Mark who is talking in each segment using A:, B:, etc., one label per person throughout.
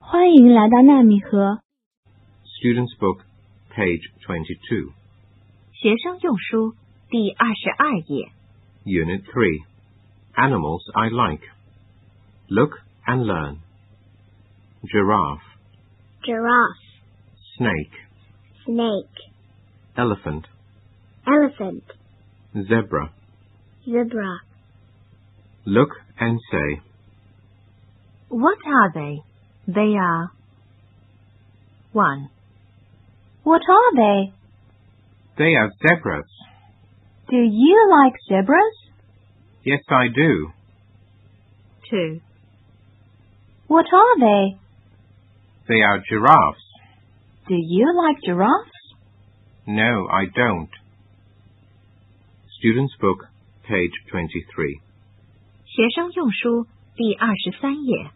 A: 欢迎来到纳米河
B: Student's Book, page 22,
C: 学生用书第二十二页。
B: Unit 3. Animals I Like. Look and Learn. Giraffe,
A: giraffe,
B: snake,
A: snake,
B: elephant,
A: elephant,
B: zebra.
A: zebra.
B: Look and say,
C: What are they? They are. 1.
A: What are they?
B: They are zebras.
A: Do you like zebras?
B: Yes, I do.
C: 2.
A: What are they?
B: They are giraffes.
A: Do you like giraffes?
B: No, I don't. Student's Book, page 23.
C: 学生用书第二十三页。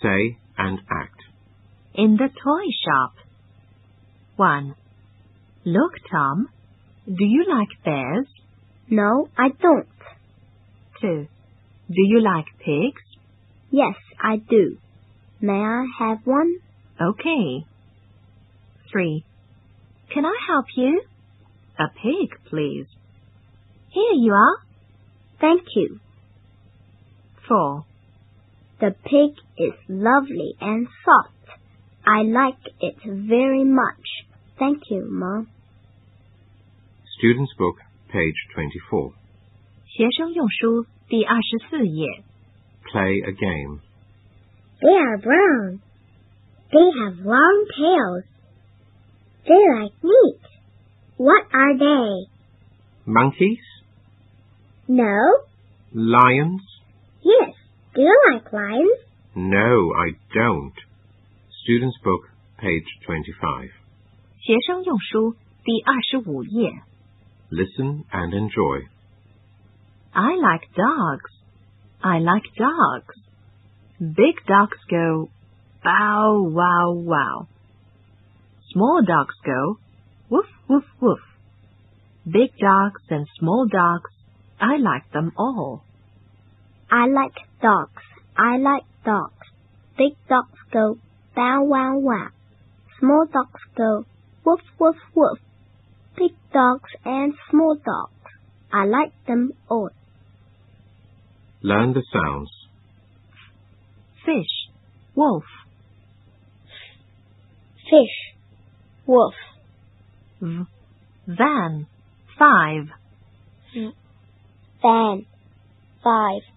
B: Say and act.
C: In the toy shop. 1. Look, Tom. Do you like bears?
A: No, I don't.
C: 2. Do you like pigs?
A: Yes, I do. May I have one?
C: Okay. 3. Can I help you? A pig, please. Here you are.
A: Thank you.
C: 4.
A: The pig is lovely and soft. I like it very much. Thank you, Mom.
B: Student's Book, page 24.
C: 学生用书第二十四页。
B: Play a game.
A: They are brown. They have long tails. They like meat. What are they?
B: Monkeys,
A: No?
B: lions.
A: Yes. Do you like lions?
B: No, I don't. Student's Book, page 25.
C: 学生用书第二十五页。
B: Listen and enjoy.
C: I like dogs. I like dogs. Big dogs go bow wow wow. Small dogs go woof woof woof. Big dogs and small dogs, I like them all.
A: I like dogs. I like dogs. Big dogs go bow wow wow. Small dogs go woof woof woof. Big dogs and small dogs. I like them all.
B: Learn the sounds.
C: Fish, wolf,
A: Fish. Wolf.
C: v, van, five,
A: Van. Five.